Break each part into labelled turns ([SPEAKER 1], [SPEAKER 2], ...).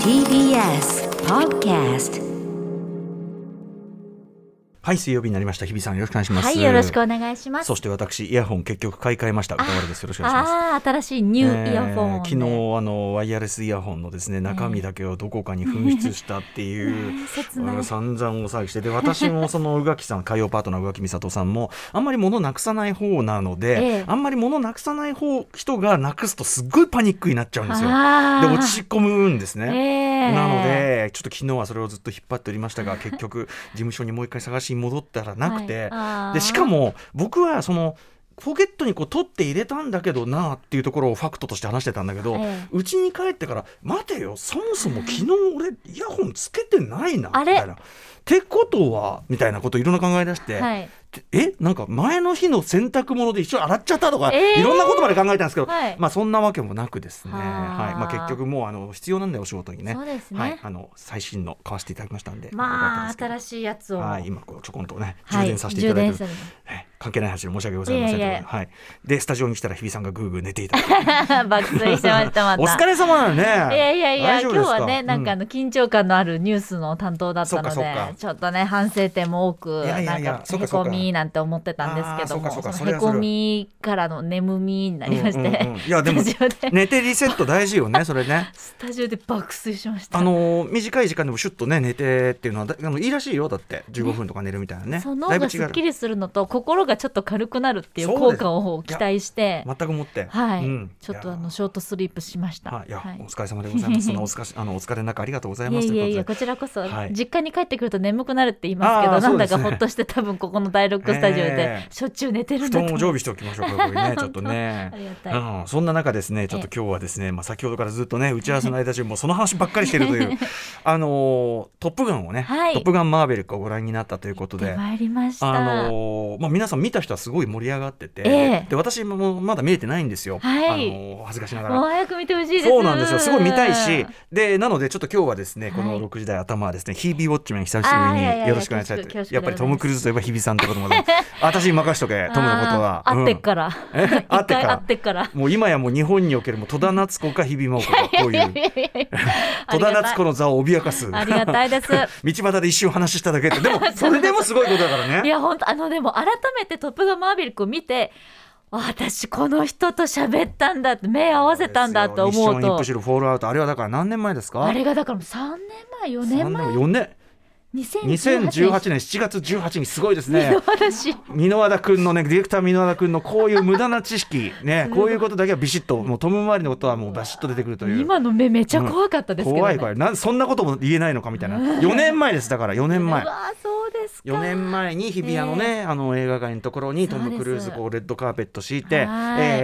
[SPEAKER 1] TBS Podcast
[SPEAKER 2] はい、水曜日になりました。日比さん、よろしくお願いします。
[SPEAKER 1] はいよろしくお願いします
[SPEAKER 2] そして私、イヤホン結局買い替えました。歌丸です。よろしくお願いします。
[SPEAKER 1] ああ新しいニューイヤホンをね、
[SPEAKER 2] えー昨日あのワイヤレスイヤホンのですね中身だけをどこかに紛失したっていう、
[SPEAKER 1] ねえ切ない
[SPEAKER 2] あの散々お騒ぎしてで私もその宇垣さん海洋パートナー宇垣美里さんもあんまり物なくさない方なので、
[SPEAKER 1] ええ
[SPEAKER 2] あんまり物なくさない方人がなくすとすっごいパニックになっちゃうんですよ
[SPEAKER 1] あー
[SPEAKER 2] で落ち込むんですね、
[SPEAKER 1] ええ
[SPEAKER 2] なのでちょっと昨日はそれをずっと引っ張っておりまし たが結局事務所にもう一回探しに戻ったらなくて、
[SPEAKER 1] はい
[SPEAKER 2] でしかも僕はそのポケットにこう取って入れたんだけどなっていうところをファクトとして話してたんだけど
[SPEAKER 1] ええ
[SPEAKER 2] うち、に帰ってから待てよそもそも昨日俺イヤホンつけてないなみ
[SPEAKER 1] あれ
[SPEAKER 2] たいな。ってことはみたいなこといろんな考え出して、
[SPEAKER 1] はい
[SPEAKER 2] ってえなんか前の日の洗濯物で一緒に洗っちゃったとか、
[SPEAKER 1] えー
[SPEAKER 2] いろんなことまで考えたんですけど、
[SPEAKER 1] はい
[SPEAKER 2] まあそんなわけもなくですね、は
[SPEAKER 1] はいあ
[SPEAKER 2] まあ、結局もうあの必要なんでお仕事にね
[SPEAKER 1] そうですね
[SPEAKER 2] はい、あの最新の買わせていただきましたんで
[SPEAKER 1] まあ新
[SPEAKER 2] し
[SPEAKER 1] しいやつを
[SPEAKER 2] はい、今こうちょこんとね
[SPEAKER 1] は
[SPEAKER 2] 充電させていただいて、
[SPEAKER 1] 充電す
[SPEAKER 2] ね関係ない話で申し訳ございませんけど、
[SPEAKER 1] いえいえ
[SPEAKER 2] はい、でスタジオに来たら日比さんがぐーぐー寝ていた
[SPEAKER 1] る爆睡してましたまた
[SPEAKER 2] お疲れ様だねい
[SPEAKER 1] いやいやいや今日はねなんかあ
[SPEAKER 2] ね
[SPEAKER 1] の緊張感のあるニュースの担当だったの
[SPEAKER 2] そっかそっ
[SPEAKER 1] で
[SPEAKER 2] か
[SPEAKER 1] ちょっとね反省点も多く
[SPEAKER 2] いやいや
[SPEAKER 1] ないん
[SPEAKER 2] や
[SPEAKER 1] か
[SPEAKER 2] そっ
[SPEAKER 1] へ
[SPEAKER 2] かそ
[SPEAKER 1] こ
[SPEAKER 2] っか
[SPEAKER 1] みなんて思ってたんですけど
[SPEAKER 2] あーそ
[SPEAKER 1] も
[SPEAKER 2] っかそっか
[SPEAKER 1] そ
[SPEAKER 2] そ
[SPEAKER 1] の
[SPEAKER 2] れ
[SPEAKER 1] へ
[SPEAKER 2] はそれ
[SPEAKER 1] こみからの眠みになりまして
[SPEAKER 2] うんうんうんいやで も
[SPEAKER 1] スタジオで
[SPEAKER 2] 寝てリセット大事よねそ れね
[SPEAKER 1] スタジオで爆睡しました
[SPEAKER 2] あのー短い時間でもシュッとね寝てっていうのはだあのいいらしいよだって15分とか寝るみたいなね
[SPEAKER 1] そう
[SPEAKER 2] だ
[SPEAKER 1] 脳
[SPEAKER 2] いぶ
[SPEAKER 1] がす
[SPEAKER 2] 違
[SPEAKER 1] っ
[SPEAKER 2] う
[SPEAKER 1] きりするのと心がちょっと軽くなるっていう
[SPEAKER 2] そう
[SPEAKER 1] 効
[SPEAKER 2] です
[SPEAKER 1] 果を期待して、
[SPEAKER 2] 全くもって
[SPEAKER 1] はい、
[SPEAKER 2] うん
[SPEAKER 1] ちょっとあ
[SPEAKER 2] いや
[SPEAKER 1] のショートスリープしました。
[SPEAKER 2] はいいや、
[SPEAKER 1] はい
[SPEAKER 2] お疲れ様でございますそんなお疲れあのお疲れの中ありがとうござい
[SPEAKER 1] い
[SPEAKER 2] ま
[SPEAKER 1] や
[SPEAKER 2] す
[SPEAKER 1] いやい
[SPEAKER 2] という
[SPEAKER 1] やこ
[SPEAKER 2] ことで
[SPEAKER 1] ちらこそ、
[SPEAKER 2] はい
[SPEAKER 1] 実家に帰ってくると眠くなるって言いますけ
[SPEAKER 2] あ
[SPEAKER 1] ど、なん
[SPEAKER 2] ー
[SPEAKER 1] だ
[SPEAKER 2] そうです
[SPEAKER 1] か
[SPEAKER 2] ね
[SPEAKER 1] ほっとして多分ここの第六スタジオで
[SPEAKER 2] ええ
[SPEAKER 1] しょっちゅう寝てる
[SPEAKER 2] 布
[SPEAKER 1] んだ
[SPEAKER 2] 団
[SPEAKER 1] と
[SPEAKER 2] を常
[SPEAKER 1] 思う
[SPEAKER 2] 備しておきましょうかここに ねちょっとね
[SPEAKER 1] ありがたい、
[SPEAKER 2] うん、そんな中ですねちょっと今日はですね、まあ、先ほどからずっとね打ち合わせの間中もうその話ばっかりしてるという あのートップガン」をね、
[SPEAKER 1] はい
[SPEAKER 2] トップガンマーヴェリック」をご覧になったということ
[SPEAKER 1] で
[SPEAKER 2] で。
[SPEAKER 1] 参りました、
[SPEAKER 2] あのーまあ、皆さん見た人はすごい盛り上がってて、
[SPEAKER 1] ええ
[SPEAKER 2] で私もまだ見れてないんですよ、
[SPEAKER 1] はい
[SPEAKER 2] あのー恥ずかしなが
[SPEAKER 1] もう
[SPEAKER 2] ら。
[SPEAKER 1] 早く見てほしいです
[SPEAKER 2] そうなんですよすごい見たいし
[SPEAKER 1] あ
[SPEAKER 2] でなのでちょっと今日はですねこ
[SPEAKER 1] は
[SPEAKER 2] の
[SPEAKER 1] い
[SPEAKER 2] 6時台頭はですね、ヒービーウォッチメン久し
[SPEAKER 1] あ
[SPEAKER 2] ぶ
[SPEAKER 1] ーいやい
[SPEAKER 2] り
[SPEAKER 1] やい
[SPEAKER 2] に
[SPEAKER 1] や
[SPEAKER 2] よろしくお願いしま
[SPEAKER 1] 恐縮
[SPEAKER 2] す
[SPEAKER 1] 恐縮
[SPEAKER 2] やっぱ
[SPEAKER 1] でございま
[SPEAKER 2] り
[SPEAKER 1] す
[SPEAKER 2] トム・クルーズといえば日比さんってこともね 私に任しとけトムのことは
[SPEAKER 1] ー
[SPEAKER 2] うん
[SPEAKER 1] 会ってっから、
[SPEAKER 2] え
[SPEAKER 1] 一
[SPEAKER 2] 会ってっ
[SPEAKER 1] 回
[SPEAKER 2] から
[SPEAKER 1] 会ってっから
[SPEAKER 2] もう今やもう日本におけるもう戸田夏子か日比真央子か こういう戸田夏子の座を脅かす
[SPEAKER 1] ありがたいです
[SPEAKER 2] 道端で一瞬話しただけっ てでもそれでもすごいことだから
[SPEAKER 1] い
[SPEAKER 2] ね
[SPEAKER 1] や本当あのでも改めて「トップガンマーヴェリック」を見て私この人と喋ったんだって目合わせたんだと思う
[SPEAKER 2] ミッションイン
[SPEAKER 1] と
[SPEAKER 2] プシルフォールアウトあれはだから何年前ですか
[SPEAKER 1] あれがだから3年前4年前
[SPEAKER 2] 4年
[SPEAKER 1] 2018
[SPEAKER 2] 2018年7月18日すごいです
[SPEAKER 1] 年
[SPEAKER 2] ね
[SPEAKER 1] の話
[SPEAKER 2] 箕輪田君のねディレクター箕輪田君のこういう無駄な知識ねこういうことだけはビシッともうトム周りのことはもうバシッと出てくるという
[SPEAKER 1] 今の目めちゃ怖かったですけど、ね
[SPEAKER 2] 怖い怖いなんそんなことも言えないのかみたいな4 年前ですだから4年前
[SPEAKER 1] うわーそうですか
[SPEAKER 2] 4年前に日比谷のね、あの映画館のところにトム・ク
[SPEAKER 1] そ
[SPEAKER 2] ルー
[SPEAKER 1] う
[SPEAKER 2] ズ
[SPEAKER 1] です
[SPEAKER 2] こうレッドカーペット敷いて、
[SPEAKER 1] は
[SPEAKER 2] え
[SPEAKER 1] い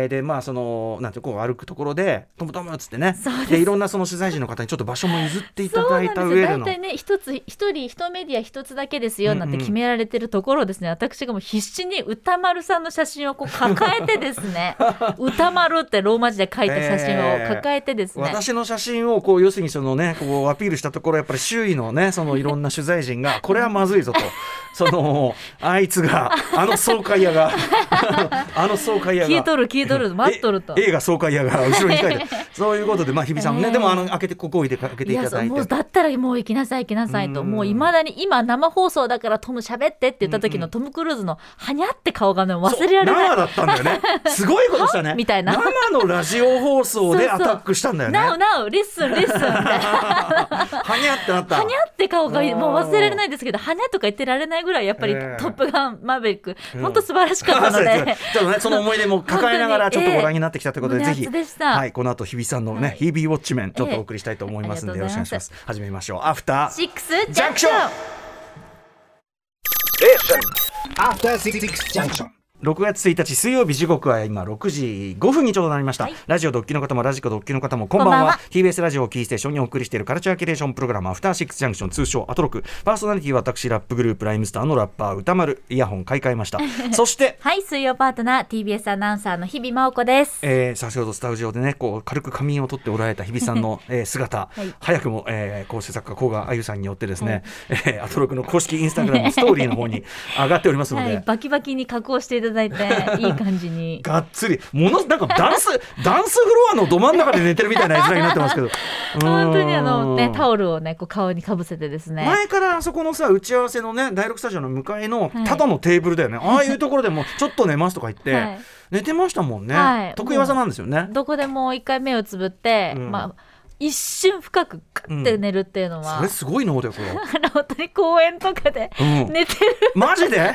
[SPEAKER 2] ーでまあそのなんていうのこう歩くところでトムトムっつってね
[SPEAKER 1] そうです
[SPEAKER 2] いろんなその取材陣の方にちょっと場所も譲っていた
[SPEAKER 1] そう
[SPEAKER 2] だい
[SPEAKER 1] なん
[SPEAKER 2] た
[SPEAKER 1] です
[SPEAKER 2] 上
[SPEAKER 1] よ
[SPEAKER 2] で
[SPEAKER 1] 大
[SPEAKER 2] の
[SPEAKER 1] 体ね一つ一人一メディア一つだけですよなん
[SPEAKER 2] うん
[SPEAKER 1] て
[SPEAKER 2] うん
[SPEAKER 1] 決められてるところをですね、私がもう必死に歌丸さんの写真をこう抱えてです ね歌丸ってローマ字で書いた写真を抱えてですね、
[SPEAKER 2] 私の写真をこう要するにそのねこうアピールしたところやっぱり周囲のねそのいろんな取材 陣がこれはまずいぞとそのあいつがあの爽快屋が あの爽快屋
[SPEAKER 1] 消え
[SPEAKER 2] が
[SPEAKER 1] とる消えとる待っとると
[SPEAKER 2] え映画爽快屋が後ろに控 えてるそういうことでまあ日比さんもね、
[SPEAKER 1] ええ
[SPEAKER 2] でもあの開けてここ置いて開けていた
[SPEAKER 1] そ
[SPEAKER 2] だ
[SPEAKER 1] う
[SPEAKER 2] いて
[SPEAKER 1] もうだったらもう行きなさい行きなさいと
[SPEAKER 2] うん
[SPEAKER 1] もういまだに今生放送だからトム喋ってって言った時のトム・クルーズのはにゃって顔がね忘れられ
[SPEAKER 2] そう
[SPEAKER 1] ない
[SPEAKER 2] 生だったんだよねすごいことしたね
[SPEAKER 1] みたいな
[SPEAKER 2] 生のラジオ放送で
[SPEAKER 1] そう
[SPEAKER 2] ア
[SPEAKER 1] そう
[SPEAKER 2] タックしたんだよね
[SPEAKER 1] Now now listen listen みた いな
[SPEAKER 2] はにゃってなった
[SPEAKER 1] はにゃって顔が
[SPEAKER 2] あー
[SPEAKER 1] もう忘れられないですけどはにゃとか言ってられないぐらいやっぱり「
[SPEAKER 2] ええ
[SPEAKER 1] トップガンマーヴェリック」
[SPEAKER 2] うん
[SPEAKER 1] 本当素晴らしかったの
[SPEAKER 2] そうで。
[SPEAKER 1] です
[SPEAKER 2] ちょっとねその思い出も抱えながら
[SPEAKER 1] 本当
[SPEAKER 2] ちょっ
[SPEAKER 1] に
[SPEAKER 2] とご覧になってきたというこ とで、
[SPEAKER 1] ええ
[SPEAKER 2] ぜひ
[SPEAKER 1] 胸熱でした
[SPEAKER 2] はいこの後日比さんのね、
[SPEAKER 1] はい
[SPEAKER 2] 日々ウォッチメンちょっとお送りしたいと思いますので、
[SPEAKER 1] ええ
[SPEAKER 2] よろしくお願いします始めましょうアフター
[SPEAKER 1] シックス
[SPEAKER 2] ジ
[SPEAKER 1] ジ
[SPEAKER 2] ャ
[SPEAKER 1] ャン
[SPEAKER 2] ンク
[SPEAKER 1] ク
[SPEAKER 2] シ
[SPEAKER 1] シ
[SPEAKER 2] ョ
[SPEAKER 1] ョ
[SPEAKER 2] ン
[SPEAKER 1] ン
[SPEAKER 3] After Six Junction.
[SPEAKER 2] 6月1日水曜日時刻は今6時5分にちょうどなりました、
[SPEAKER 1] はい
[SPEAKER 2] ラジオドッキの方もラジコドッキの方もこんばんは
[SPEAKER 1] こんばんは
[SPEAKER 2] TBS ラジオをキーステーションにお送りしているカルチャーキュレーションプログラムアフターシックスジャンクション通称アトロクパーソナリティは私ラップグループライムスターのラッパー歌丸イヤホン買い替えました そして
[SPEAKER 1] はい水曜パートナー TBS アナウンサーの日々真央子です
[SPEAKER 2] えー、先ほどスタジオでねこう軽く仮眠を取っておられた日比さん の、えー姿、
[SPEAKER 1] い
[SPEAKER 2] 早くも、えー、構成作家甲賀あゆさんによってです ね、えーアトロクの公式インスタグラムのストーリーの方に上がっておりますの
[SPEAKER 1] は
[SPEAKER 2] で、
[SPEAKER 1] いバキバキに加工していたただいていい感じに
[SPEAKER 2] がっつりものなんかダ ンスダンスフロアのど真ん中で寝てるみたいな絵面になってますけど
[SPEAKER 1] 本当にあのねタ
[SPEAKER 2] オ
[SPEAKER 1] オルをねこう顔にかぶせてですね
[SPEAKER 2] 前からあそこのさ打ち合わせのね第6スタジオの向かいの
[SPEAKER 1] はい
[SPEAKER 2] ただのテーブルだよね、ああいう ところでもちょっと寝ますとか言って、
[SPEAKER 1] はい
[SPEAKER 2] 寝てましたもんね、
[SPEAKER 1] はい
[SPEAKER 2] 得意技なんですよね
[SPEAKER 1] どこでも一回目をつぶって、
[SPEAKER 2] うん
[SPEAKER 1] まあ一瞬深くガッて寝るっていうのは、
[SPEAKER 2] それすごい能力よ、
[SPEAKER 1] あの 本当に公園とかで
[SPEAKER 2] うん、
[SPEAKER 1] 寝てる
[SPEAKER 2] マジで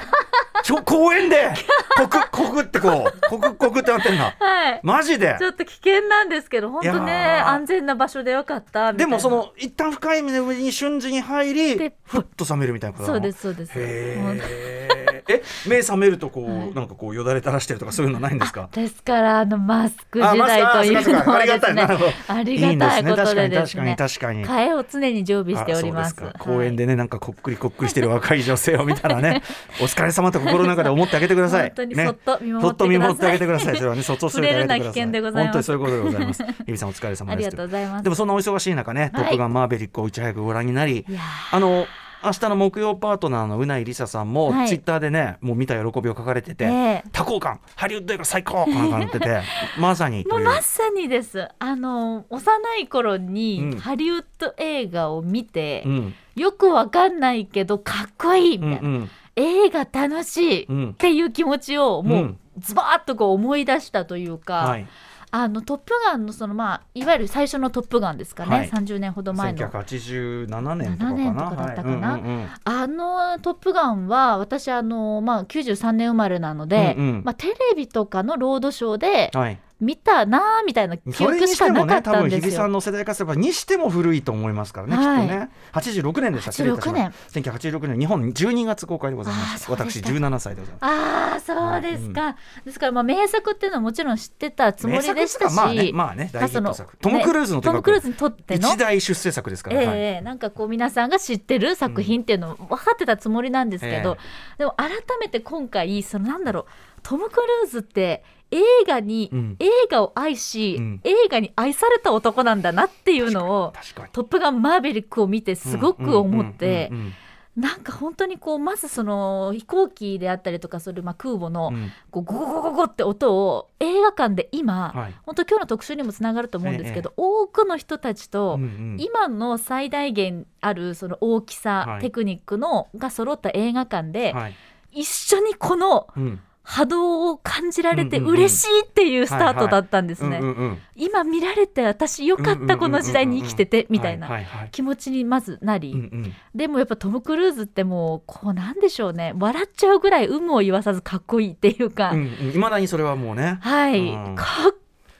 [SPEAKER 2] ちょ公園でコクコクってこうコクコクってなってんな
[SPEAKER 1] はい
[SPEAKER 2] マジで
[SPEAKER 1] ちょっと危険なんですけど本当
[SPEAKER 2] い
[SPEAKER 1] ね
[SPEAKER 2] やー
[SPEAKER 1] 安全な場所でよかったみた
[SPEAKER 2] で
[SPEAKER 1] いな
[SPEAKER 2] もその一旦深い眠りに瞬時に入り
[SPEAKER 1] で
[SPEAKER 2] ふっと覚めるみたいなことな
[SPEAKER 1] そ
[SPEAKER 2] の
[SPEAKER 1] うですそうです本当
[SPEAKER 2] へーえ目覚めるとこう、なんかこうよだれ垂らしてるとかそういうのないんですか
[SPEAKER 1] ですからあのマスク
[SPEAKER 2] あ
[SPEAKER 1] 時
[SPEAKER 2] マスク
[SPEAKER 1] 代という
[SPEAKER 2] あそ
[SPEAKER 1] の
[SPEAKER 2] かあ
[SPEAKER 1] は
[SPEAKER 2] り
[SPEAKER 1] で
[SPEAKER 2] がた
[SPEAKER 1] す
[SPEAKER 2] いな
[SPEAKER 1] ね
[SPEAKER 2] るほど
[SPEAKER 1] ありがたいことでです
[SPEAKER 2] いいん
[SPEAKER 1] ね
[SPEAKER 2] ですね確かに確かに確かに
[SPEAKER 1] 替えを常に常備しております
[SPEAKER 2] あそうですか公園でねなんかこっくりこっくりしてる若い女性を見た らねお疲れ様と心の中で思ってあげてください
[SPEAKER 1] 本当に
[SPEAKER 2] ね
[SPEAKER 1] そっと見守ってください
[SPEAKER 2] そっと見守ってあげてくださいそれはねそっとしてあげてくださ
[SPEAKER 1] 触れ
[SPEAKER 2] い
[SPEAKER 1] るな危険でございます
[SPEAKER 2] 本当にそういうことでござい ますゆびさんお疲れ様
[SPEAKER 1] あ
[SPEAKER 2] で
[SPEAKER 1] り
[SPEAKER 2] す
[SPEAKER 1] がとうございます
[SPEAKER 2] でもそんなお忙しい中ね「ト
[SPEAKER 1] はい
[SPEAKER 2] ップガンマーベリック」をいち早くご覧になり
[SPEAKER 1] いや
[SPEAKER 2] あの明日の木曜パートナーのうないりささんも、
[SPEAKER 1] はい
[SPEAKER 2] ツイッターでねもう見た喜びを書かれてて、
[SPEAKER 1] ええ
[SPEAKER 2] 多幸感ハリウッド映画最高こんな感じで てまさに
[SPEAKER 1] ーも
[SPEAKER 2] と
[SPEAKER 1] う
[SPEAKER 2] いう
[SPEAKER 1] まさにですあの幼い頃に
[SPEAKER 2] うん
[SPEAKER 1] ハリウッド映画を見て、
[SPEAKER 2] うん
[SPEAKER 1] よくわかんないけどかっこいいみ
[SPEAKER 2] う
[SPEAKER 1] たい
[SPEAKER 2] ん
[SPEAKER 1] な、
[SPEAKER 2] うん
[SPEAKER 1] 映画楽しいっ
[SPEAKER 2] うん
[SPEAKER 1] ていう気持ちをも
[SPEAKER 2] う
[SPEAKER 1] うんズバーッとこう思い出したというか、
[SPEAKER 2] はい
[SPEAKER 1] あの「トップガン」のそのまあいわゆる最初の「トップガン」ですかね、
[SPEAKER 2] はい
[SPEAKER 1] 30年ほど前の。
[SPEAKER 2] 1987年とかか
[SPEAKER 1] 7
[SPEAKER 2] な
[SPEAKER 1] 年とかだったかな
[SPEAKER 2] はいうんうんうん
[SPEAKER 1] あの「トップガンは」私あの、まあ、93年生まれなので、
[SPEAKER 2] うんうん
[SPEAKER 1] まあ、テレビとかのロードショーで
[SPEAKER 2] はい、
[SPEAKER 1] 見たなーみたいな記
[SPEAKER 2] それ
[SPEAKER 1] 憶
[SPEAKER 2] に
[SPEAKER 1] し
[SPEAKER 2] し
[SPEAKER 1] か
[SPEAKER 2] ても
[SPEAKER 1] なかっ
[SPEAKER 2] ね多
[SPEAKER 1] たん
[SPEAKER 2] 分
[SPEAKER 1] で
[SPEAKER 2] 日
[SPEAKER 1] す
[SPEAKER 2] 比
[SPEAKER 1] よ。
[SPEAKER 2] さんの世代からすればにしても古いと思いますからね、
[SPEAKER 1] はい
[SPEAKER 2] きっとね86年でした
[SPEAKER 1] 86
[SPEAKER 2] 年1986年日本12月公開でございま
[SPEAKER 1] あー
[SPEAKER 2] す
[SPEAKER 1] そうで
[SPEAKER 2] 私
[SPEAKER 1] した
[SPEAKER 2] 17歳でございます
[SPEAKER 1] ああそうですか、ですからまあ名作っていうのはもちろん知ってたつもりでしたし
[SPEAKER 2] 名作ですかまあねまあね大ヒット作
[SPEAKER 1] まあそ
[SPEAKER 2] トムクルーズの
[SPEAKER 1] ねトム・クルーズにとっての
[SPEAKER 2] 一大出世作ですから、
[SPEAKER 1] ええ
[SPEAKER 2] はい
[SPEAKER 1] ええなんかこう皆さんが知ってる作品っていうのを分かってたつもりなんですけど、
[SPEAKER 2] え
[SPEAKER 1] でも改めて今回そのなんだろうトム・クルーズって映画に、
[SPEAKER 2] うん
[SPEAKER 1] 映画を愛し、
[SPEAKER 2] うん
[SPEAKER 1] 映画に愛された男なんだなっていうのを
[SPEAKER 2] 確かに
[SPEAKER 1] 「トップガンマーヴェリック」を見てすごく思って
[SPEAKER 2] うんうんうん
[SPEAKER 1] なんか本当にこうまずその飛行機であったりとかそれまあ空母の
[SPEAKER 2] うんうん
[SPEAKER 1] こうゴゴゴゴゴって音を映画館で今、
[SPEAKER 2] はい
[SPEAKER 1] 本当今日の特集にもつながると思うんですけど、多くの人たちと、
[SPEAKER 2] うんうん
[SPEAKER 1] 今の最大限あるその大きさ、
[SPEAKER 2] はい
[SPEAKER 1] テクニックのが揃った映画館で、
[SPEAKER 2] はい
[SPEAKER 1] 一緒にこの
[SPEAKER 2] うん
[SPEAKER 1] 波動を感じられて
[SPEAKER 2] うんうんうん
[SPEAKER 1] 嬉しいっていうスタートだったんです
[SPEAKER 2] うんう
[SPEAKER 1] ね。
[SPEAKER 2] んうん
[SPEAKER 1] 今見られて私よか
[SPEAKER 2] うんう
[SPEAKER 1] っ
[SPEAKER 2] んうんうんう
[SPEAKER 1] た
[SPEAKER 2] ん
[SPEAKER 1] この時代に生きててみたい
[SPEAKER 2] は
[SPEAKER 1] ない
[SPEAKER 2] はい
[SPEAKER 1] 気持ちにまずなり、
[SPEAKER 2] うんうん
[SPEAKER 1] でもやっぱトム・クルーズってもうこうなんでしょうね笑っちゃうぐらい有無を言わさずかっこいいっていうか、
[SPEAKER 2] うんうんいまだにそれはもうね
[SPEAKER 1] はい、
[SPEAKER 2] うん
[SPEAKER 1] かっ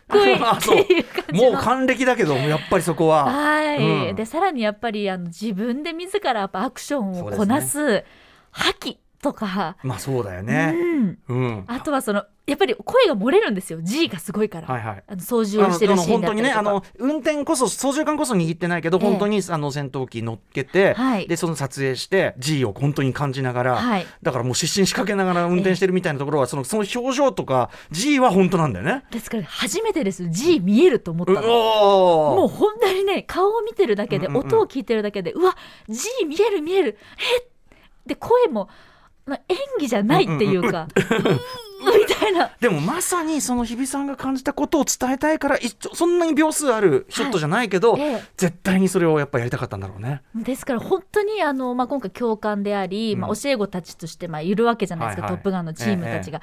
[SPEAKER 1] こいいっていう感じ
[SPEAKER 2] も
[SPEAKER 1] の
[SPEAKER 2] う還暦だけどやっぱりそこは
[SPEAKER 1] はい、
[SPEAKER 2] うん
[SPEAKER 1] でさらにやっぱりあの自分で自らやっぱアクションをこなす覇気、とか、
[SPEAKER 2] まあそうだよね
[SPEAKER 1] うん、
[SPEAKER 2] うん
[SPEAKER 1] あとはそのやっぱり声が漏れるんですよ G がすごいから、
[SPEAKER 2] はいはい
[SPEAKER 1] あの操
[SPEAKER 2] あ
[SPEAKER 1] 縦をして
[SPEAKER 2] のあ
[SPEAKER 1] る
[SPEAKER 2] の
[SPEAKER 1] シーン
[SPEAKER 2] 本
[SPEAKER 1] だっ
[SPEAKER 2] 当
[SPEAKER 1] た
[SPEAKER 2] に
[SPEAKER 1] り
[SPEAKER 2] ね
[SPEAKER 1] とか、
[SPEAKER 2] あの運転こそ操縦桿こそ握ってないけど
[SPEAKER 1] ええ
[SPEAKER 2] 本当にあの戦闘機乗っけて
[SPEAKER 1] はい
[SPEAKER 2] でその撮影して G を本当に感じながら
[SPEAKER 1] はい
[SPEAKER 2] だからもう失神しかけながら運転してるみたいなところはそのその表情とか G は本当なんだよね。
[SPEAKER 1] ですから初めてです G 見えると思った
[SPEAKER 2] う
[SPEAKER 1] の。
[SPEAKER 2] おー
[SPEAKER 1] もう本当にね顔を見てるだけで、
[SPEAKER 2] うんうんうん
[SPEAKER 1] 音を聞いてるだけでうわ G 見える見えるえで声もまあ演技じゃないっていうか、うんみたいな
[SPEAKER 2] でもまさにその日比さんが感じたことを伝えたいから一丁そんなに秒数あるショットじゃないけど、
[SPEAKER 1] はいええ
[SPEAKER 2] 絶対にそれをやっぱやりたかったんだろうね。
[SPEAKER 1] ですから本当にあの、まあ、今回教官であり、
[SPEAKER 2] うん
[SPEAKER 1] まあ、教え子たちとしてまあいるわけじゃないですか「
[SPEAKER 2] はいはい
[SPEAKER 1] トップガン」のチームたちが。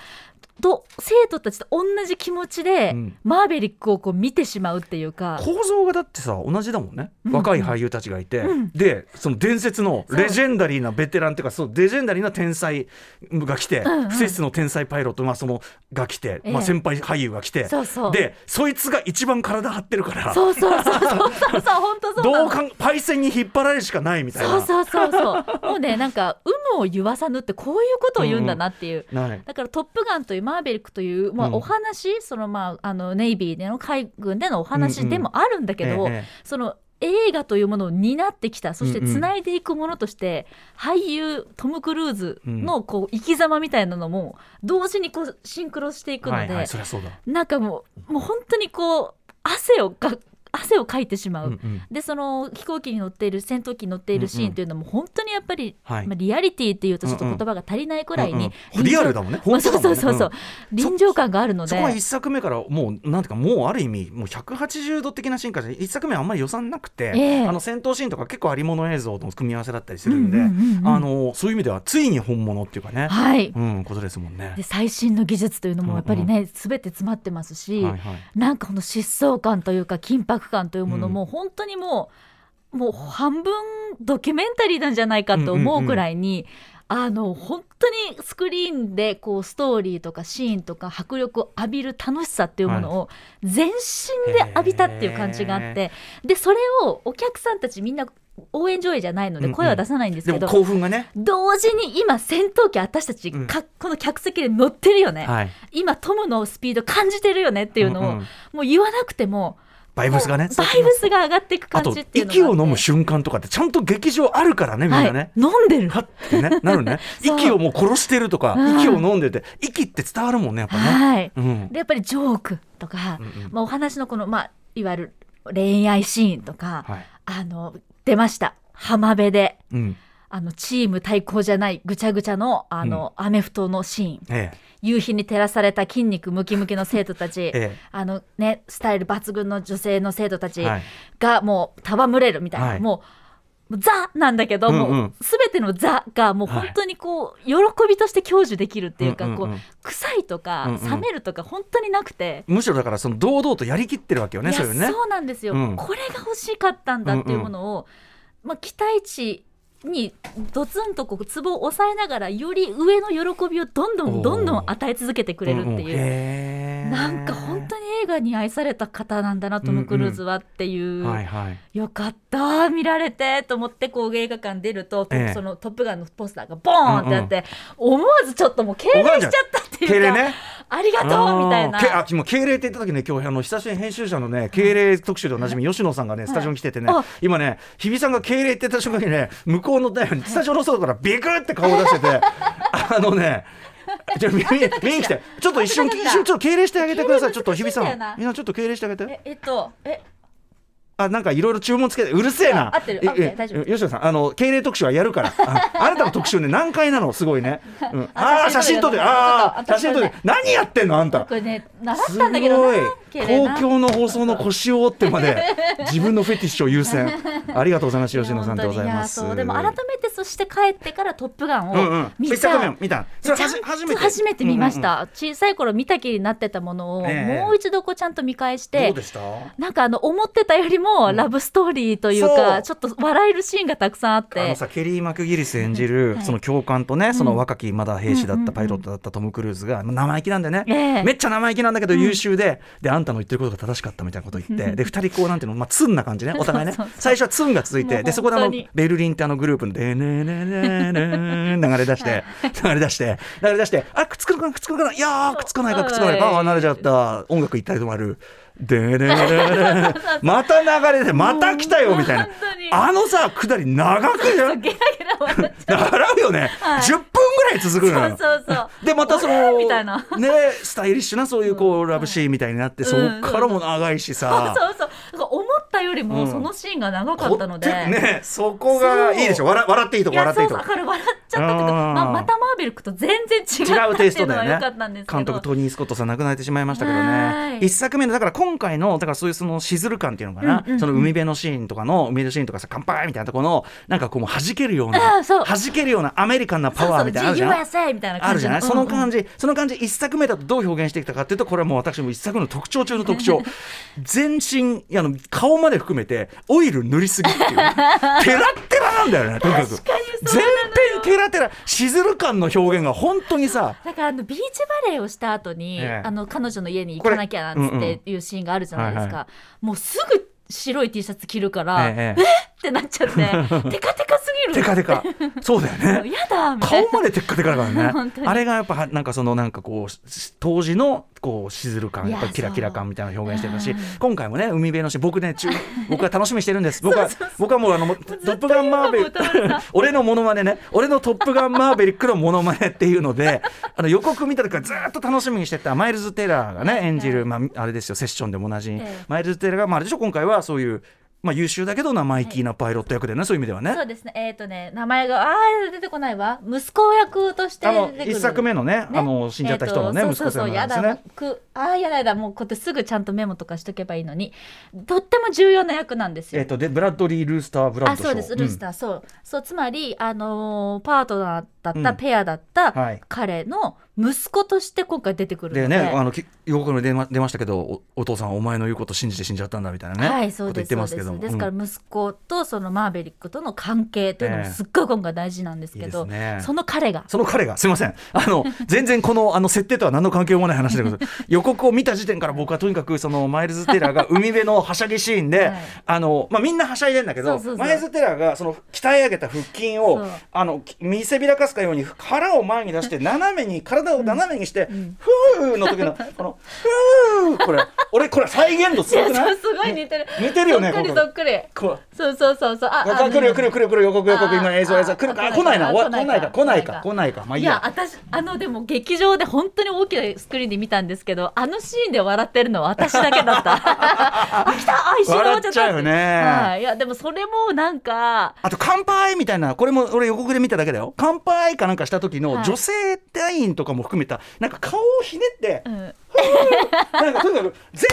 [SPEAKER 1] と生徒たちと同じ気持ちで、
[SPEAKER 2] うん
[SPEAKER 1] マーベリックをこう見てしまうっていうか。
[SPEAKER 2] 構造がだってさ同じだもんね、
[SPEAKER 1] うん
[SPEAKER 2] 若い俳優たちがいて、
[SPEAKER 1] うん
[SPEAKER 2] でその伝説の
[SPEAKER 1] そう
[SPEAKER 2] レジェンダリーなベテランっていうかそうレジェンダリーな天才が来て、
[SPEAKER 1] んうん
[SPEAKER 2] 不摂の天才パイロット、まあ、そのが来て、
[SPEAKER 1] ええ
[SPEAKER 2] まあ、先輩俳優が来て
[SPEAKER 1] そうそう
[SPEAKER 2] でそいつが一番体張ってるから
[SPEAKER 1] そうそうそうそうそうそう本当そうな
[SPEAKER 2] ど
[SPEAKER 1] の
[SPEAKER 2] うかんパイセンに引っ張られるしかないみたいな。
[SPEAKER 1] そうそうそうそうもうねなんか有無を言わさぬってこういうことを言うんだなっていう、
[SPEAKER 2] ない
[SPEAKER 1] だから「トップガン」というマーベリックという、まあ、
[SPEAKER 2] うん
[SPEAKER 1] お話、そのまああのネイビーでの海軍でのお話でもあるんだけど、
[SPEAKER 2] うんうんええ
[SPEAKER 1] その映画というものを担ってきたそして
[SPEAKER 2] うんうん
[SPEAKER 1] つないでいくものとして、俳優トム・クルーズのこう生き様みたいなのも同時にこうシンクロしていくので、
[SPEAKER 2] はいはい、そりゃそうだ
[SPEAKER 1] なんかもうもう本当にこう汗をが汗をかいてしまう、
[SPEAKER 2] うんうん
[SPEAKER 1] でその飛行機に乗っている戦闘機に乗っているシーンというのも本当にやっぱり、
[SPEAKER 2] はい
[SPEAKER 1] まあ、リアリティっていうとちょっと言葉が足りないくらいに、
[SPEAKER 2] うんうんリアルだもんね
[SPEAKER 1] まあ
[SPEAKER 2] 本当だもんね
[SPEAKER 1] そうそうそうそう、臨場感があるので
[SPEAKER 2] そこは一作目からもうなんていうかもうある意味もう180度的な進化で一作目はあんまり予算なくて、
[SPEAKER 1] ええ
[SPEAKER 2] あの戦闘シーンとか結構ありもの映像の組み合わせだったりするんで、
[SPEAKER 1] うんうんうんうん
[SPEAKER 2] あのそういう意味ではついに本物っていうかね、
[SPEAKER 1] はい、
[SPEAKER 2] うんことですもんね
[SPEAKER 1] で。最新の技術というのもやっぱりね、全て詰まってますし、
[SPEAKER 2] はいはい
[SPEAKER 1] なんかこの疾走感というか緊迫感というものも本当にもう、もう半分ドキュメンタリーなんじゃないかと思うくらいに、あの本当にスクリーンでこうストーリーとかシーンとか迫力を浴びる楽しさっていうものを全身で浴びたっていう感じがあってでそれをお客さんたちみんな応援上映じゃないので声は出さないんです
[SPEAKER 2] で
[SPEAKER 1] け
[SPEAKER 2] も
[SPEAKER 1] ど、
[SPEAKER 2] 興奮がね、
[SPEAKER 1] 同時に今戦闘機私たち
[SPEAKER 2] うん
[SPEAKER 1] か、この客席で乗ってるよね、
[SPEAKER 2] はい、っ
[SPEAKER 1] 今トムのスピード感じてるよねっていうのを、
[SPEAKER 2] うんうん
[SPEAKER 1] もう言わなくても
[SPEAKER 2] バイブスがね。
[SPEAKER 1] バイブスが上がっていく
[SPEAKER 2] あ
[SPEAKER 1] 感
[SPEAKER 2] と
[SPEAKER 1] じっていうのが
[SPEAKER 2] 息を飲む
[SPEAKER 1] 瞬
[SPEAKER 2] 瞬間とかってちゃんと劇場あるからねみんなね。
[SPEAKER 1] はい、飲んでる
[SPEAKER 2] はってねなるね
[SPEAKER 1] そう
[SPEAKER 2] 息をもう殺してるとか
[SPEAKER 1] うん
[SPEAKER 2] 息を飲んでて息って伝わるもんねやっぱね。
[SPEAKER 1] はい、
[SPEAKER 2] うん
[SPEAKER 1] でやっぱりジョークとか、
[SPEAKER 2] うんうん
[SPEAKER 1] まあ、お話のこの、まあ、いわゆる恋愛シーンとか、
[SPEAKER 2] はい
[SPEAKER 1] あの出ました浜辺で
[SPEAKER 2] うん
[SPEAKER 1] あのチーム対抗じゃないぐちゃぐちゃのあの、アメフトのシーン
[SPEAKER 2] え
[SPEAKER 1] 夕日に照らされた筋肉ムキムキの生徒たち、
[SPEAKER 2] ええ
[SPEAKER 1] あのね、スタイル抜群の女性の生徒た
[SPEAKER 2] え
[SPEAKER 1] ち
[SPEAKER 2] はい
[SPEAKER 1] がもう戯れるみたいな、
[SPEAKER 2] はい
[SPEAKER 1] もうザなんだけど、
[SPEAKER 2] うんうん
[SPEAKER 1] もう全てのザがもう本当にこう、喜びとして享受できるっていうか、
[SPEAKER 2] うんうんうん
[SPEAKER 1] こう臭いとか、
[SPEAKER 2] うんうん
[SPEAKER 1] 冷めるとか本当になくて。
[SPEAKER 2] むしろだからその堂々とやりきってるわけよね
[SPEAKER 1] いや
[SPEAKER 2] それね。
[SPEAKER 1] そうなんですよ、
[SPEAKER 2] うん
[SPEAKER 1] これが欲しかったんだっていうものを、まあ、期待値にドツンとこうツボを押さえながらより上の喜びをどんどんどんどん与え続けてくれるっていう
[SPEAKER 2] い
[SPEAKER 1] なんか本当に映画に愛された方なんだなトム・クルーズはっていう、
[SPEAKER 2] はいはい。
[SPEAKER 1] よかった見られてと思ってこう映画館出ると、
[SPEAKER 2] ええ
[SPEAKER 1] その「トップガン」のポスターがボーンってあって、思わずちょっともう敬礼しちゃったってい
[SPEAKER 2] 敬
[SPEAKER 1] うか
[SPEAKER 2] 礼ね。
[SPEAKER 1] ありがとうみたいな
[SPEAKER 2] あーけあ、もう敬礼って言った時ね、今日あの久しぶりに編集者のね、敬礼特集でおなじみ吉野さんがね、スタジオに来ててね
[SPEAKER 1] あ、
[SPEAKER 2] 今ね、日比さんが敬礼って言った瞬間にね、向こうの台スタジオの外からビクって顔を出し てて、あのね。じゃあ見に見に来て、ちょっと一瞬、
[SPEAKER 1] 本当だ
[SPEAKER 2] 一瞬ちょっと敬礼してあげてください、ちょっと日比さん
[SPEAKER 1] 敬礼難しいんだよな、
[SPEAKER 2] みんなちょっと敬礼してあげて。
[SPEAKER 1] ええっとえ
[SPEAKER 2] あ、なんかいろいろ注文つけて、うるせえな。
[SPEAKER 1] あ合ってるあオッケ
[SPEAKER 2] ええ
[SPEAKER 1] ー大丈夫
[SPEAKER 2] 吉野さん、あの、敬礼特集はやるから。ああなたの特集ね、何回なのすご いね。うんああ、写
[SPEAKER 1] 写
[SPEAKER 2] 真
[SPEAKER 1] 真
[SPEAKER 2] 撮
[SPEAKER 1] 撮ってて
[SPEAKER 2] っる。
[SPEAKER 1] よ
[SPEAKER 2] ああ、
[SPEAKER 1] ちょ
[SPEAKER 2] 写
[SPEAKER 1] っとちょっと
[SPEAKER 2] 真撮ってる。何やってんのあんた
[SPEAKER 1] こ。れね習
[SPEAKER 2] す
[SPEAKER 1] ったんだけど
[SPEAKER 2] ごい
[SPEAKER 1] な敬礼な
[SPEAKER 2] 公共の放送の腰を折ってまで自分のフェティッシュを優先ありがとうございます吉野さんでございます
[SPEAKER 1] や本当にやそうでも改めてそして帰ってから「トップガン」
[SPEAKER 2] うんう
[SPEAKER 1] を
[SPEAKER 2] ん
[SPEAKER 1] 見
[SPEAKER 2] 一
[SPEAKER 1] た、
[SPEAKER 2] 作目を見たそれ
[SPEAKER 1] ちゃん
[SPEAKER 2] 初
[SPEAKER 1] と
[SPEAKER 2] 初めて
[SPEAKER 1] 初めて見ました、小さい頃見たきりになってたものを
[SPEAKER 2] ええ
[SPEAKER 1] もう一度こうちゃんと見返し
[SPEAKER 2] うんう
[SPEAKER 1] て、
[SPEAKER 2] んどうでした
[SPEAKER 1] なんかあの思ってたよりもラブストーリーという
[SPEAKER 2] そ
[SPEAKER 1] か、
[SPEAKER 2] う
[SPEAKER 1] ちょっと笑えるシーンがたくさんあっ
[SPEAKER 2] あの
[SPEAKER 1] て。
[SPEAKER 2] さケリー・マクギリス演じる、その教官とね、その若きまだ兵士だっ
[SPEAKER 1] うんうんう
[SPEAKER 2] た
[SPEAKER 1] ん
[SPEAKER 2] パイロットだったトム・クルーズが、生意気なんでね、
[SPEAKER 1] ええ
[SPEAKER 2] めっちゃ生意気なんだけど優秀で,、であんたの言ってることが正しかったみたいなこと言って、で2人こうなんていうの、まあ、ツンな感じねお互いね
[SPEAKER 1] そうそうそう
[SPEAKER 2] 最初はツンが続い
[SPEAKER 1] も
[SPEAKER 2] て
[SPEAKER 1] う
[SPEAKER 2] でそこであの
[SPEAKER 1] 本当に
[SPEAKER 2] ベルリンってあのグループのでねねねねね流れ出して流れ出して流れ出してあくっつくのかなくっつくのかないやーくっつかないかくっつかないかああ慣れちゃった音楽一体止まるでねねねねまた流れてまた来たよみたいな
[SPEAKER 1] 本当に
[SPEAKER 2] あのさ下り長 くじゃん
[SPEAKER 1] ゲラゲラ笑っち
[SPEAKER 2] 習うよね、
[SPEAKER 1] はい
[SPEAKER 2] 10分ぐらい続くの
[SPEAKER 1] ゃ
[SPEAKER 2] よ
[SPEAKER 1] う。そうそうそう。
[SPEAKER 2] でまたそ
[SPEAKER 1] あ
[SPEAKER 2] の
[SPEAKER 1] れみたいな。
[SPEAKER 2] ねスタイリッシュなそういうこうラブシーンみたいになって、
[SPEAKER 1] うん
[SPEAKER 2] そっからも長いしさ、
[SPEAKER 1] そうそう。なんか思ったより
[SPEAKER 2] う
[SPEAKER 1] も
[SPEAKER 2] ん
[SPEAKER 1] そのシーンが長かったので。
[SPEAKER 2] こってねそこがいいでしょ笑笑っていいと
[SPEAKER 1] い
[SPEAKER 2] こ
[SPEAKER 1] や
[SPEAKER 2] 笑って
[SPEAKER 1] そ
[SPEAKER 2] いう
[SPEAKER 1] そうだ
[SPEAKER 2] いとこ
[SPEAKER 1] から笑っちゃったと
[SPEAKER 2] う
[SPEAKER 1] か、
[SPEAKER 2] ん
[SPEAKER 1] まあ、またマーベルクと全然違
[SPEAKER 2] 違
[SPEAKER 1] ったっ
[SPEAKER 2] う
[SPEAKER 1] て
[SPEAKER 2] テイ
[SPEAKER 1] い
[SPEAKER 2] スト
[SPEAKER 1] うの
[SPEAKER 2] だ
[SPEAKER 1] は良か
[SPEAKER 2] よ
[SPEAKER 1] ったんで
[SPEAKER 2] ね
[SPEAKER 1] すけど、
[SPEAKER 2] 監督トニー・スコットさん亡くなってしまいましたけど
[SPEAKER 1] は
[SPEAKER 2] ね
[SPEAKER 1] い
[SPEAKER 2] 一作目のだから今回のだからそういうそのしずる感っていうのかな、
[SPEAKER 1] うんうんうん
[SPEAKER 2] その海辺のシーンとかの海辺のシーンとかさ乾杯みたいなところのなんかこうもう弾けるような
[SPEAKER 1] あーそう
[SPEAKER 2] 弾けるようなアメリカンなパワーみたいなのあるじゃん
[SPEAKER 1] そうそう G USA みたいな感じの
[SPEAKER 2] あるじゃない、
[SPEAKER 1] うんうん
[SPEAKER 2] その感じその感じ一作目だとどう表現してきたかっていうとこれはもう私も一作の特徴中の特徴 全身あの顔まで含めてオイル塗りすぎって いうテラッテラなんだよねとにかく
[SPEAKER 1] 確かにそうな
[SPEAKER 2] 全
[SPEAKER 1] のよ
[SPEAKER 2] 編テラテラしずる感の表現が本当にさ
[SPEAKER 1] だからあのビーチバレーをした後に、
[SPEAKER 2] ええ
[SPEAKER 1] あの彼女の家に行かなきゃなんつっていうシーンがあるじゃないですか、
[SPEAKER 2] うんうんは
[SPEAKER 1] もうすぐ白い T シャツ着るから、
[SPEAKER 2] え
[SPEAKER 1] え
[SPEAKER 2] え
[SPEAKER 1] ってなっちゃって テカテカすぎる
[SPEAKER 2] テカテカそうだよね
[SPEAKER 1] やだみたい
[SPEAKER 2] 顔
[SPEAKER 1] な
[SPEAKER 2] までテッカテカだか ら
[SPEAKER 1] 本
[SPEAKER 2] ね
[SPEAKER 1] 当に
[SPEAKER 2] あれがやっぱはなんかそのなんかこうし当時のこうしずる感
[SPEAKER 1] い
[SPEAKER 2] や
[SPEAKER 1] や
[SPEAKER 2] っぱりキラキラ感みたいなのを表現してたし
[SPEAKER 1] そう
[SPEAKER 2] 今回もね海辺のシーン僕ね中僕は楽しみにしてるんです僕 は
[SPEAKER 1] そうそうそう
[SPEAKER 2] 僕はもうあのもうトップガンマーベリ
[SPEAKER 1] ず
[SPEAKER 2] ッ
[SPEAKER 1] っと言うわもう歌丸
[SPEAKER 2] ク俺のモノマネね俺のトップガンマーベリックのモノマネっていう のであの予告見た時からずっと楽しみにしてたマイルズ・テラーがね演じるまああれですよセッションでも同じ
[SPEAKER 1] ええ
[SPEAKER 2] マイルズ・テラーがまああれでしょ今回はそういうまあ優秀だけど生意気なパイロット役でねそういう意味ではね
[SPEAKER 1] そうですねえっ、とね名前があー出てこないわ息子役として
[SPEAKER 2] あの
[SPEAKER 1] 出てくる
[SPEAKER 2] 一作目のねあの死んじゃった人のね、
[SPEAKER 1] えーと
[SPEAKER 2] 息子さん
[SPEAKER 1] そうそうそう
[SPEAKER 2] な
[SPEAKER 1] や
[SPEAKER 2] んです
[SPEAKER 1] だ
[SPEAKER 2] ね。
[SPEAKER 1] くああやだやだもうこうやってすぐちゃんとメモとかしとけばいいのにとっても重要な役なんです
[SPEAKER 2] え
[SPEAKER 1] よ。
[SPEAKER 2] っとでブラッドリー・ルースター・ブラッ
[SPEAKER 1] あ
[SPEAKER 2] ドショー
[SPEAKER 1] そうですルースター、そうそうつまり、あのーパートナーだった、
[SPEAKER 2] うん
[SPEAKER 1] ペアだった、
[SPEAKER 2] うんはい
[SPEAKER 1] 彼の息子として今回出てくるの
[SPEAKER 2] で
[SPEAKER 1] で
[SPEAKER 2] ね、あのき予告に出ま出ましたけどおお父さんはお前の言うこと信じて死んじゃったんだみたいなね、
[SPEAKER 1] はいそう
[SPEAKER 2] こと
[SPEAKER 1] で
[SPEAKER 2] 言っ
[SPEAKER 1] す
[SPEAKER 2] て
[SPEAKER 1] そう
[SPEAKER 2] ま
[SPEAKER 1] です
[SPEAKER 2] すけども
[SPEAKER 1] ですか
[SPEAKER 2] う
[SPEAKER 1] ら息子とそのマーベリックとの関係というのも
[SPEAKER 2] ええ
[SPEAKER 1] すっごい今回大事なんです
[SPEAKER 2] んいい
[SPEAKER 1] け
[SPEAKER 2] で
[SPEAKER 1] ど、
[SPEAKER 2] すね
[SPEAKER 1] その彼が
[SPEAKER 2] その彼がすいませんあの全然このあの設定とは何の関係もない話でござ います予告を見た時点から僕はとにかくそのマイルズ・テラーが海辺のはしゃぎシーンで、
[SPEAKER 1] はい
[SPEAKER 2] あのまあ、みんなはしゃいでんだけど
[SPEAKER 1] そうそうそう
[SPEAKER 2] マイルズ・テラーがその鍛え上げた腹筋を
[SPEAKER 1] そう
[SPEAKER 2] あのき見せびらかすかように腹を前に出して斜めに体を斜めにして「
[SPEAKER 1] ん
[SPEAKER 2] ふー」の時のこの「ふー」これ俺これ再現度す
[SPEAKER 1] い
[SPEAKER 2] ご
[SPEAKER 1] や
[SPEAKER 2] くな
[SPEAKER 1] そ
[SPEAKER 2] いう
[SPEAKER 1] すごい似てる
[SPEAKER 2] 似てるよね
[SPEAKER 1] そっくり
[SPEAKER 2] 今回
[SPEAKER 1] そっくり
[SPEAKER 2] こう
[SPEAKER 1] そうそうそうそうあ
[SPEAKER 2] わか
[SPEAKER 1] あ
[SPEAKER 2] 来るよ来るよ来るよ来るよ予告予告
[SPEAKER 1] あ
[SPEAKER 2] 今映像
[SPEAKER 1] あ
[SPEAKER 2] 映像来るか
[SPEAKER 1] あ
[SPEAKER 2] あ来ないな
[SPEAKER 1] 来
[SPEAKER 2] わ
[SPEAKER 1] な
[SPEAKER 2] 来
[SPEAKER 1] いか
[SPEAKER 2] ないか来ないか
[SPEAKER 1] 来
[SPEAKER 2] 来ないかまあい
[SPEAKER 1] い
[SPEAKER 2] い
[SPEAKER 1] や
[SPEAKER 2] や
[SPEAKER 1] 私あのでも劇場で本当に大きなスクリーンで見たんですけどあのシーンで笑ってるのは私だけだった あ来たあ一緒だ
[SPEAKER 2] 笑っちゃうよね
[SPEAKER 1] はい、いやでもそれもなんか
[SPEAKER 2] あと「乾杯」みたいなこれも俺予告で見ただけだよ「乾杯」かなんかした時
[SPEAKER 1] は
[SPEAKER 2] の
[SPEAKER 1] い
[SPEAKER 2] 女性隊員とかも含めたなんか顔をひねって
[SPEAKER 1] うん
[SPEAKER 2] なんかとにかく全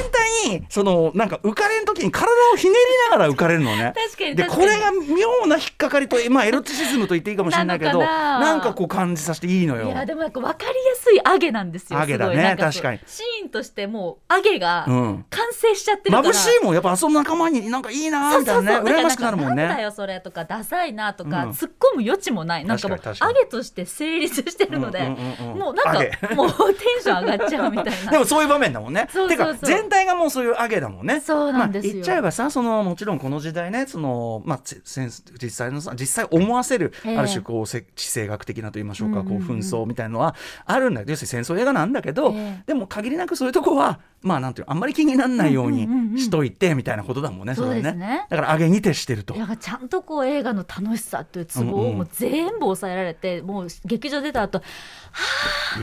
[SPEAKER 2] 体にそのなんか浮かれん時に体をひねりながら浮かれるのね
[SPEAKER 1] 確かに
[SPEAKER 2] で
[SPEAKER 1] 確
[SPEAKER 2] こ
[SPEAKER 1] かに
[SPEAKER 2] れが妙な引っかかりとまあエロチシズムと言っていいかもしれないけ
[SPEAKER 1] な
[SPEAKER 2] ど
[SPEAKER 1] のかな
[SPEAKER 2] なんかこう感じさせていいのよ
[SPEAKER 1] いやでもなんか分かりやすいアゲなんですよ
[SPEAKER 2] アゲだね
[SPEAKER 1] すごいなんこう
[SPEAKER 2] 確かに
[SPEAKER 1] シーンとしてもうアゲが
[SPEAKER 2] うん
[SPEAKER 1] 完成しちゃってるから、
[SPEAKER 2] 眩しいもんやっぱあその仲間になんかいいなーみたいなね羨ましくなるもん
[SPEAKER 1] なんだ
[SPEAKER 2] ね
[SPEAKER 1] よそれとかダサいなとか、
[SPEAKER 2] うん
[SPEAKER 1] 突っ込む余地もないなんかもう
[SPEAKER 2] 確かに確か
[SPEAKER 1] アゲ
[SPEAKER 2] に
[SPEAKER 1] として成立してるので、
[SPEAKER 2] うんうんうん
[SPEAKER 1] もうなん
[SPEAKER 2] アゲ
[SPEAKER 1] かもうテンション上がっちゃうみたいな
[SPEAKER 2] でもそういう場面だもんね
[SPEAKER 1] そうそうそう
[SPEAKER 2] てか全体がもうそういうアゲだもんね
[SPEAKER 1] そうなんですよ
[SPEAKER 2] まあ、言っちゃえばさそのもちろんこの時代ねその、まあ、せせん実際のさ実際思わせる、
[SPEAKER 1] ええ
[SPEAKER 2] ある種こうせ地政学的なと言いましょうか、
[SPEAKER 1] うんうんうん
[SPEAKER 2] こう紛争みたいのはあるんだけど要するに戦争映画なんだけど、
[SPEAKER 1] ええ
[SPEAKER 2] でも限りなくそういうとこはまあなんていうのあんまり気にならないように
[SPEAKER 1] うんうんうんうん
[SPEAKER 2] しといてみたいなことだもんね、れは
[SPEAKER 1] そうですね
[SPEAKER 2] だからアゲに徹してると
[SPEAKER 1] い。やちゃんとこう映画の楽しさというツボ
[SPEAKER 2] うん
[SPEAKER 1] を
[SPEAKER 2] うん
[SPEAKER 1] もう全部抑えられて、もう劇場出た後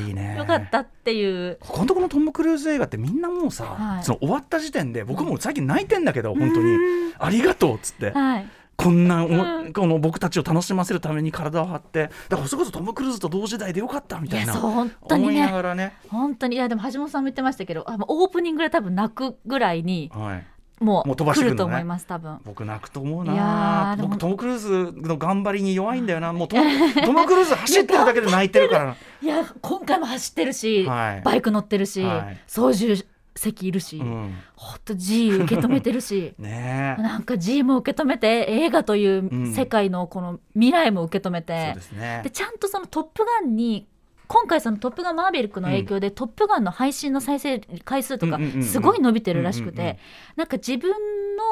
[SPEAKER 2] いいね
[SPEAKER 1] よかったっていう、
[SPEAKER 2] ここのところのトム・クルーズ映画ってみんなもうさ、
[SPEAKER 1] はい
[SPEAKER 2] その終わった時点で僕も最近泣いてんだけど、本当にありがとうっつって、
[SPEAKER 1] はい、
[SPEAKER 2] こんなお、
[SPEAKER 1] うん
[SPEAKER 2] この僕たちを楽しませるために体を張ってだからそれこそトム・クルーズと同時代でよかったみ
[SPEAKER 1] い
[SPEAKER 2] たい
[SPEAKER 1] や
[SPEAKER 2] な
[SPEAKER 1] そう本当に
[SPEAKER 2] 思いな
[SPEAKER 1] ね
[SPEAKER 2] がらね、
[SPEAKER 1] 本当にいやでも橋本さんも言ってましたけどあもうオープニングで多分泣くぐらいに
[SPEAKER 2] はい、
[SPEAKER 1] も
[SPEAKER 2] も
[SPEAKER 1] う
[SPEAKER 2] う飛ばして
[SPEAKER 1] 来
[SPEAKER 2] く
[SPEAKER 1] る
[SPEAKER 2] るのね
[SPEAKER 1] と思います多分。
[SPEAKER 2] 僕泣くと思う
[SPEAKER 1] いや
[SPEAKER 2] な
[SPEAKER 1] ーでも
[SPEAKER 2] 僕トム・クルーズの頑張りに弱いんだよなもうトムトム・クルーズ走ってるだけで泣いてるから
[SPEAKER 1] いや今回も走ってるし、
[SPEAKER 2] はい
[SPEAKER 1] バイク乗ってるし、
[SPEAKER 2] はい
[SPEAKER 1] 操縦席いるし、
[SPEAKER 2] うん
[SPEAKER 1] ほっと G 受け止めてる し
[SPEAKER 2] ねえ
[SPEAKER 1] なんか G も受け止めて映画という世界のこの未来も受け止め
[SPEAKER 2] そ
[SPEAKER 1] て
[SPEAKER 2] うで、すね
[SPEAKER 1] でちゃんとその「トップガン」に今回その「トップガンマーヴェリック」の影響で「トップガン」の配信の再生回数とか
[SPEAKER 2] うんうんうんうん
[SPEAKER 1] すごい伸びてるらしく
[SPEAKER 2] うんうんうん
[SPEAKER 1] てなんか自分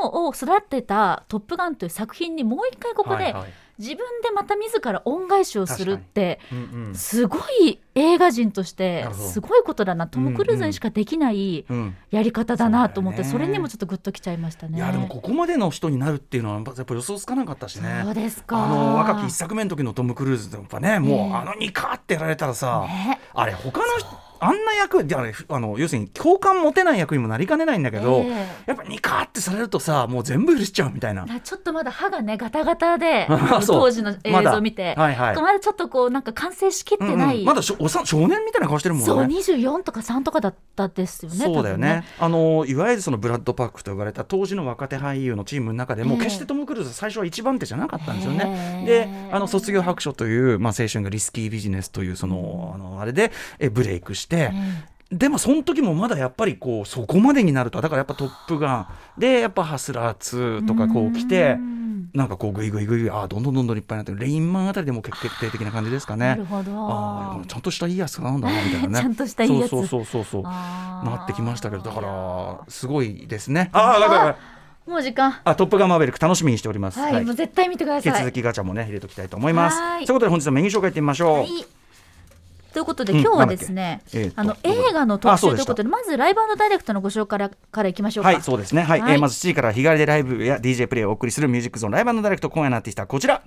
[SPEAKER 1] のを育てた「トップガン」という作品にもう一回ここ
[SPEAKER 2] は
[SPEAKER 1] で
[SPEAKER 2] いはい
[SPEAKER 1] 自分でまた自ら恩返しをするって
[SPEAKER 2] うんうん
[SPEAKER 1] すごい映画人として
[SPEAKER 2] なるほど
[SPEAKER 1] すごいことだなトム・クルーズにしかできない
[SPEAKER 2] うん
[SPEAKER 1] やり方だなと思って
[SPEAKER 2] そ
[SPEAKER 1] そう
[SPEAKER 2] だ
[SPEAKER 1] れ
[SPEAKER 2] よね
[SPEAKER 1] にもちょっとグッときちゃいましたね。
[SPEAKER 2] いやでもここまでの人になるっていうのはやっぱ予想つかなかったしね。
[SPEAKER 1] そうですか
[SPEAKER 2] あの若き一作目の時のトム・クルーズってやっぱねも
[SPEAKER 1] ええ
[SPEAKER 2] うあのニカってやられたらさ、
[SPEAKER 1] ね
[SPEAKER 2] あれ他の人あんな役であれあの要するに共感持てない役にもなりかねないんだけど、
[SPEAKER 1] ええ
[SPEAKER 2] やっぱニカってされるとさもう全部許しちゃうみたいな。
[SPEAKER 1] なちょっとまだ歯がねガタガタ で
[SPEAKER 2] あそう
[SPEAKER 1] 当時の映
[SPEAKER 2] まだ
[SPEAKER 1] 像を見て、
[SPEAKER 2] はいはい
[SPEAKER 1] まだちょっとこうなんか完成しきって
[SPEAKER 2] うんうん
[SPEAKER 1] ない、
[SPEAKER 2] まだしょおさ少年みたいな顔してるもんね。
[SPEAKER 1] そう24とか3とかだったですよね
[SPEAKER 2] そうだよねあのいわゆるそのブラッド・パックと呼ばれた当時の若手俳優のチームの中でも、
[SPEAKER 1] ええ
[SPEAKER 2] 決してトム・クルーズは最初は一番手じゃなかったんですよ
[SPEAKER 1] え
[SPEAKER 2] ね。
[SPEAKER 1] え
[SPEAKER 2] であの卒業白書という、まあ、青春がリスキービジネスというそのあのあれでえブレイクして。でもその時もまだやっぱりこうそこまでになるとはだからやっぱ「トップガン」でやっぱ「ハスラー2」とかこう来て
[SPEAKER 1] うん
[SPEAKER 2] なんかこうグイグイグイグイああどんどんどんどんいっぱいになってるレインマンあたりでもう決定的な感じですかね。
[SPEAKER 1] なるほど
[SPEAKER 2] ああちゃんとしたいいやつなんだなみたいなね。
[SPEAKER 1] ちゃんとしたいいやつ
[SPEAKER 2] そうそうそうそうそう。
[SPEAKER 1] あー
[SPEAKER 2] なってきましたけどだからすごいですね。ああだから
[SPEAKER 1] もう時間
[SPEAKER 2] あトップガンマーベリック楽しみにしております。
[SPEAKER 1] はい、もう絶対見てくだ
[SPEAKER 2] 引
[SPEAKER 1] さ
[SPEAKER 2] き
[SPEAKER 1] い
[SPEAKER 2] 続きガチャもね入れておきたいと思います
[SPEAKER 1] はーい
[SPEAKER 2] ということで本日のメニュー紹介いってみましょう、
[SPEAKER 1] はい。ということで
[SPEAKER 2] うん
[SPEAKER 1] 今日はですね、
[SPEAKER 2] なんだっけえーと
[SPEAKER 1] あの映画の特
[SPEAKER 2] あ
[SPEAKER 1] 集
[SPEAKER 2] そ
[SPEAKER 1] と
[SPEAKER 2] う
[SPEAKER 1] い
[SPEAKER 2] で
[SPEAKER 1] う
[SPEAKER 2] した
[SPEAKER 1] ことでまずライブダイレクトのご紹介からからいきましょうか。
[SPEAKER 2] はい、そうですね。はい、
[SPEAKER 1] はい
[SPEAKER 2] えーまず7時から日帰りでライブや DJ プレイをお送りするミュージックゾーンライブダイレクト今夜のアーティストはこちら。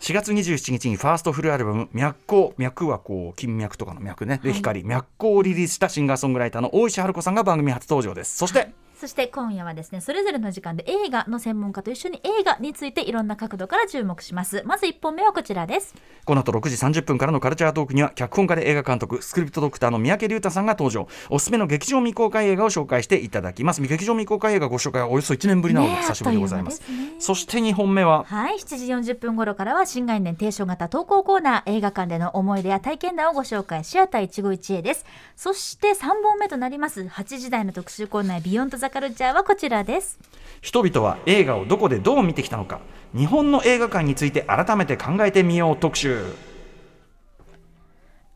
[SPEAKER 2] 4月27日にファーストフルアルバム「脈光」脈はこう金脈とかの脈ねで光、脈光をリリースしたシンガーソングライターの大石春子さんが番組初登場ですそして
[SPEAKER 1] そして今夜はですねそれぞれの時間で映画の専門家と一緒に映画についていろんな角度から注目しますまず1本目はこちらです
[SPEAKER 2] この後6時30分からのカルチャートークには脚本家で映画監督スクリプトドクターの三宅龍太さんが登場おすすめの劇場未公開映画を紹介していただきます劇場未公開映画ご紹介はおよそ1年ぶりなので
[SPEAKER 1] ねえ
[SPEAKER 2] 久しぶりでございます,、
[SPEAKER 1] あっという間ですね
[SPEAKER 2] そして2本目は
[SPEAKER 1] はい7時40分頃からは新概念提唱型投稿コーナー映画館での思い出や体験談をご紹介シアター一期一会ですそして3本目となります8時台の特集コーナービヨンドザカルチャーはこちらです
[SPEAKER 2] 人々は映画をどこでどう見てきたのか日本の映画館について改めて考えてみよう特集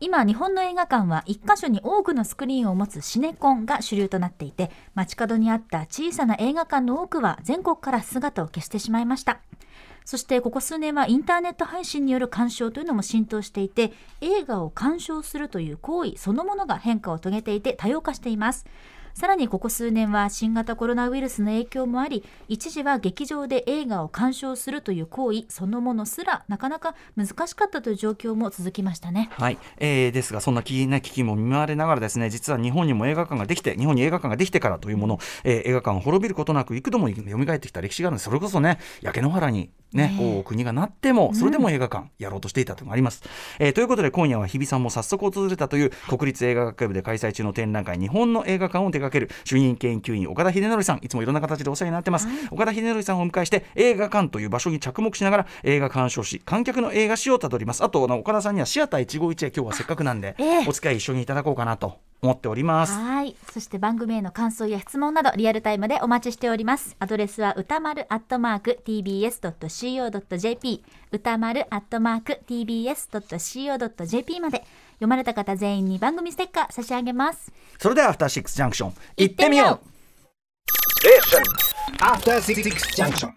[SPEAKER 1] 今日本の映画館は一箇所に多くのスクリーンを持つシネコンが主流となっていて街角にあった小さな映画館の多くは全国から姿を消してしまいましたそしてここ数年はインターネット配信による鑑賞というのも浸透していて映画を鑑賞するという行為そのものが変化を遂げていて多様化していますさらにここ数年は新型コロナウイルスの影響もあり一時は劇場で映画を鑑賞するという行為そのものすらなかなか難しかったという状況も続きましたね
[SPEAKER 2] はい、えーですがそんな危機,、ね、危機も見舞われながらですね実は日本にも映画館ができて日本に映画館ができてからというもの、えー映画館を滅びることなく幾度も蘇ってきた歴史があるんですそれこそね焼け野原に、ね
[SPEAKER 1] ね
[SPEAKER 2] こう国がなってもそれでも映画館やろうとしていたというのがあります、えーということで今夜は日比さんも早速訪れたという国立映画学会部で開催中の展覧会日本の映画館を手掛ける主任研究員岡田秀則さんいつもいろんな形でお世話になってます、岡田秀則さんをお迎えして映画館という場所に着目しながら映画鑑賞し観客の映画史をたどりますあとあの岡田さんにはシアター151へ今日はせっかくなんで、
[SPEAKER 1] ええ
[SPEAKER 2] お付き合い一緒にいただこうかなと思っております
[SPEAKER 1] はい。そして番組への感想や質問などリアルタイムでお待ちしております。アドレスは歌丸アットマーク tbs.co.jp 歌丸アットマーク tbs.co.jp まで読まれた方全員に番組ステッカー差し上げます。
[SPEAKER 2] それではアフターシックスジャンクション行ってみよう
[SPEAKER 3] After Six Junction.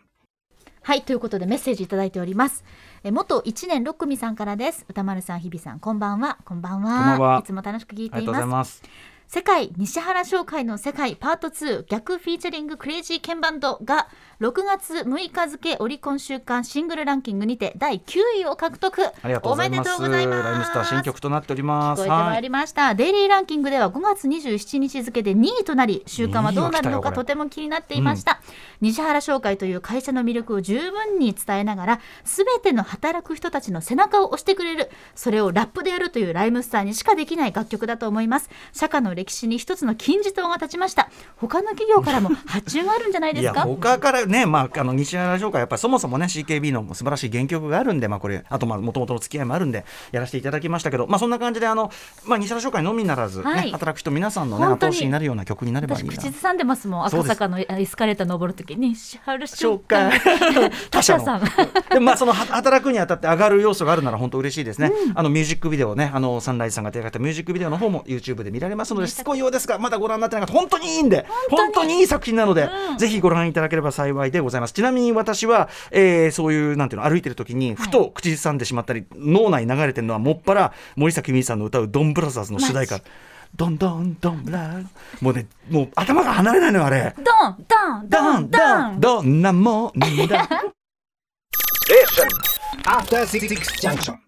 [SPEAKER 1] はい。ということでメッセージいただいております。え元1年6組さんからです。歌丸さん、日比さん、こんばんは。こんばんは。
[SPEAKER 2] こんばんはい
[SPEAKER 1] つも楽しく聞い
[SPEAKER 2] あ
[SPEAKER 1] て
[SPEAKER 2] り
[SPEAKER 1] い
[SPEAKER 2] がとうご
[SPEAKER 1] ま
[SPEAKER 2] ざい
[SPEAKER 1] す。
[SPEAKER 2] ます
[SPEAKER 1] 世界西原商会の世界パート2逆フィーチャリングクレイジーケンバンドが6月6日付オリコン週間シングルランキングにて第9位を獲得
[SPEAKER 2] ありがとうございます
[SPEAKER 1] おめでとうございます
[SPEAKER 2] ライムスター新曲となっておりま
[SPEAKER 1] 聞こ
[SPEAKER 2] す
[SPEAKER 1] えてまいりました、デイリーランキングでは5月27日付で2位となり週間はどうなるの
[SPEAKER 2] 2位は来たよこ
[SPEAKER 1] か
[SPEAKER 2] れ
[SPEAKER 1] とても気になっていました、西原商会という会社の魅力を十分に伝えながら全ての働く人たちの背中を押してくれるそれをラップでやるというライムスターにしかできない楽曲だと思います社会の歴史に一つの金字塔が立ちました他の企業からも発注があるんじゃないで
[SPEAKER 2] い
[SPEAKER 1] す
[SPEAKER 2] や
[SPEAKER 1] か
[SPEAKER 2] 他からね、まあ、あの西原商会やっぱそもそもね CKB の素晴らしい原曲があるんで、まあ、これあともともとの付き合いもあるんでやらせていただきましたけど、まあ、そんな感じであの、まあ、西原商会のみならず、ね
[SPEAKER 1] はい
[SPEAKER 2] 働く人皆さんの、ね、
[SPEAKER 1] 本
[SPEAKER 2] 後
[SPEAKER 1] 当に
[SPEAKER 2] 押しになるような曲になればいい
[SPEAKER 1] 私
[SPEAKER 2] な
[SPEAKER 1] 口ずさんでますもん
[SPEAKER 2] そう
[SPEAKER 1] 赤
[SPEAKER 2] です
[SPEAKER 1] 坂のエスカレーター登るときに西原商
[SPEAKER 2] 紹
[SPEAKER 1] 会
[SPEAKER 2] 介
[SPEAKER 1] 他社さん
[SPEAKER 2] でもまあそのは働くにあたって上がる要素があるなら本当嬉しいですね、あのミュージックビデオねあのサンライズさんが手がけたミュージックビデオの方も YouTube で見られますのでしつこいようですがまだご覧になってなかった本当にいいんで本当にいい作品なので、ぜひご覧いただければ幸いでございますちなみに私は、えーそういうなんていうの歩いてる時にふと口ずさんでしまったり、脳内に流れてるのはもっぱら森崎ウィンさんの歌う「ドンブラザーズ」の主題歌「ドンドンドンブラ」もうねもう頭が離れないのよあれ。
[SPEAKER 1] ドンドンド
[SPEAKER 2] ど
[SPEAKER 1] ン
[SPEAKER 2] ん
[SPEAKER 1] ド
[SPEAKER 2] ど
[SPEAKER 1] ン
[SPEAKER 2] んどんなもんだ
[SPEAKER 3] After Six Junction.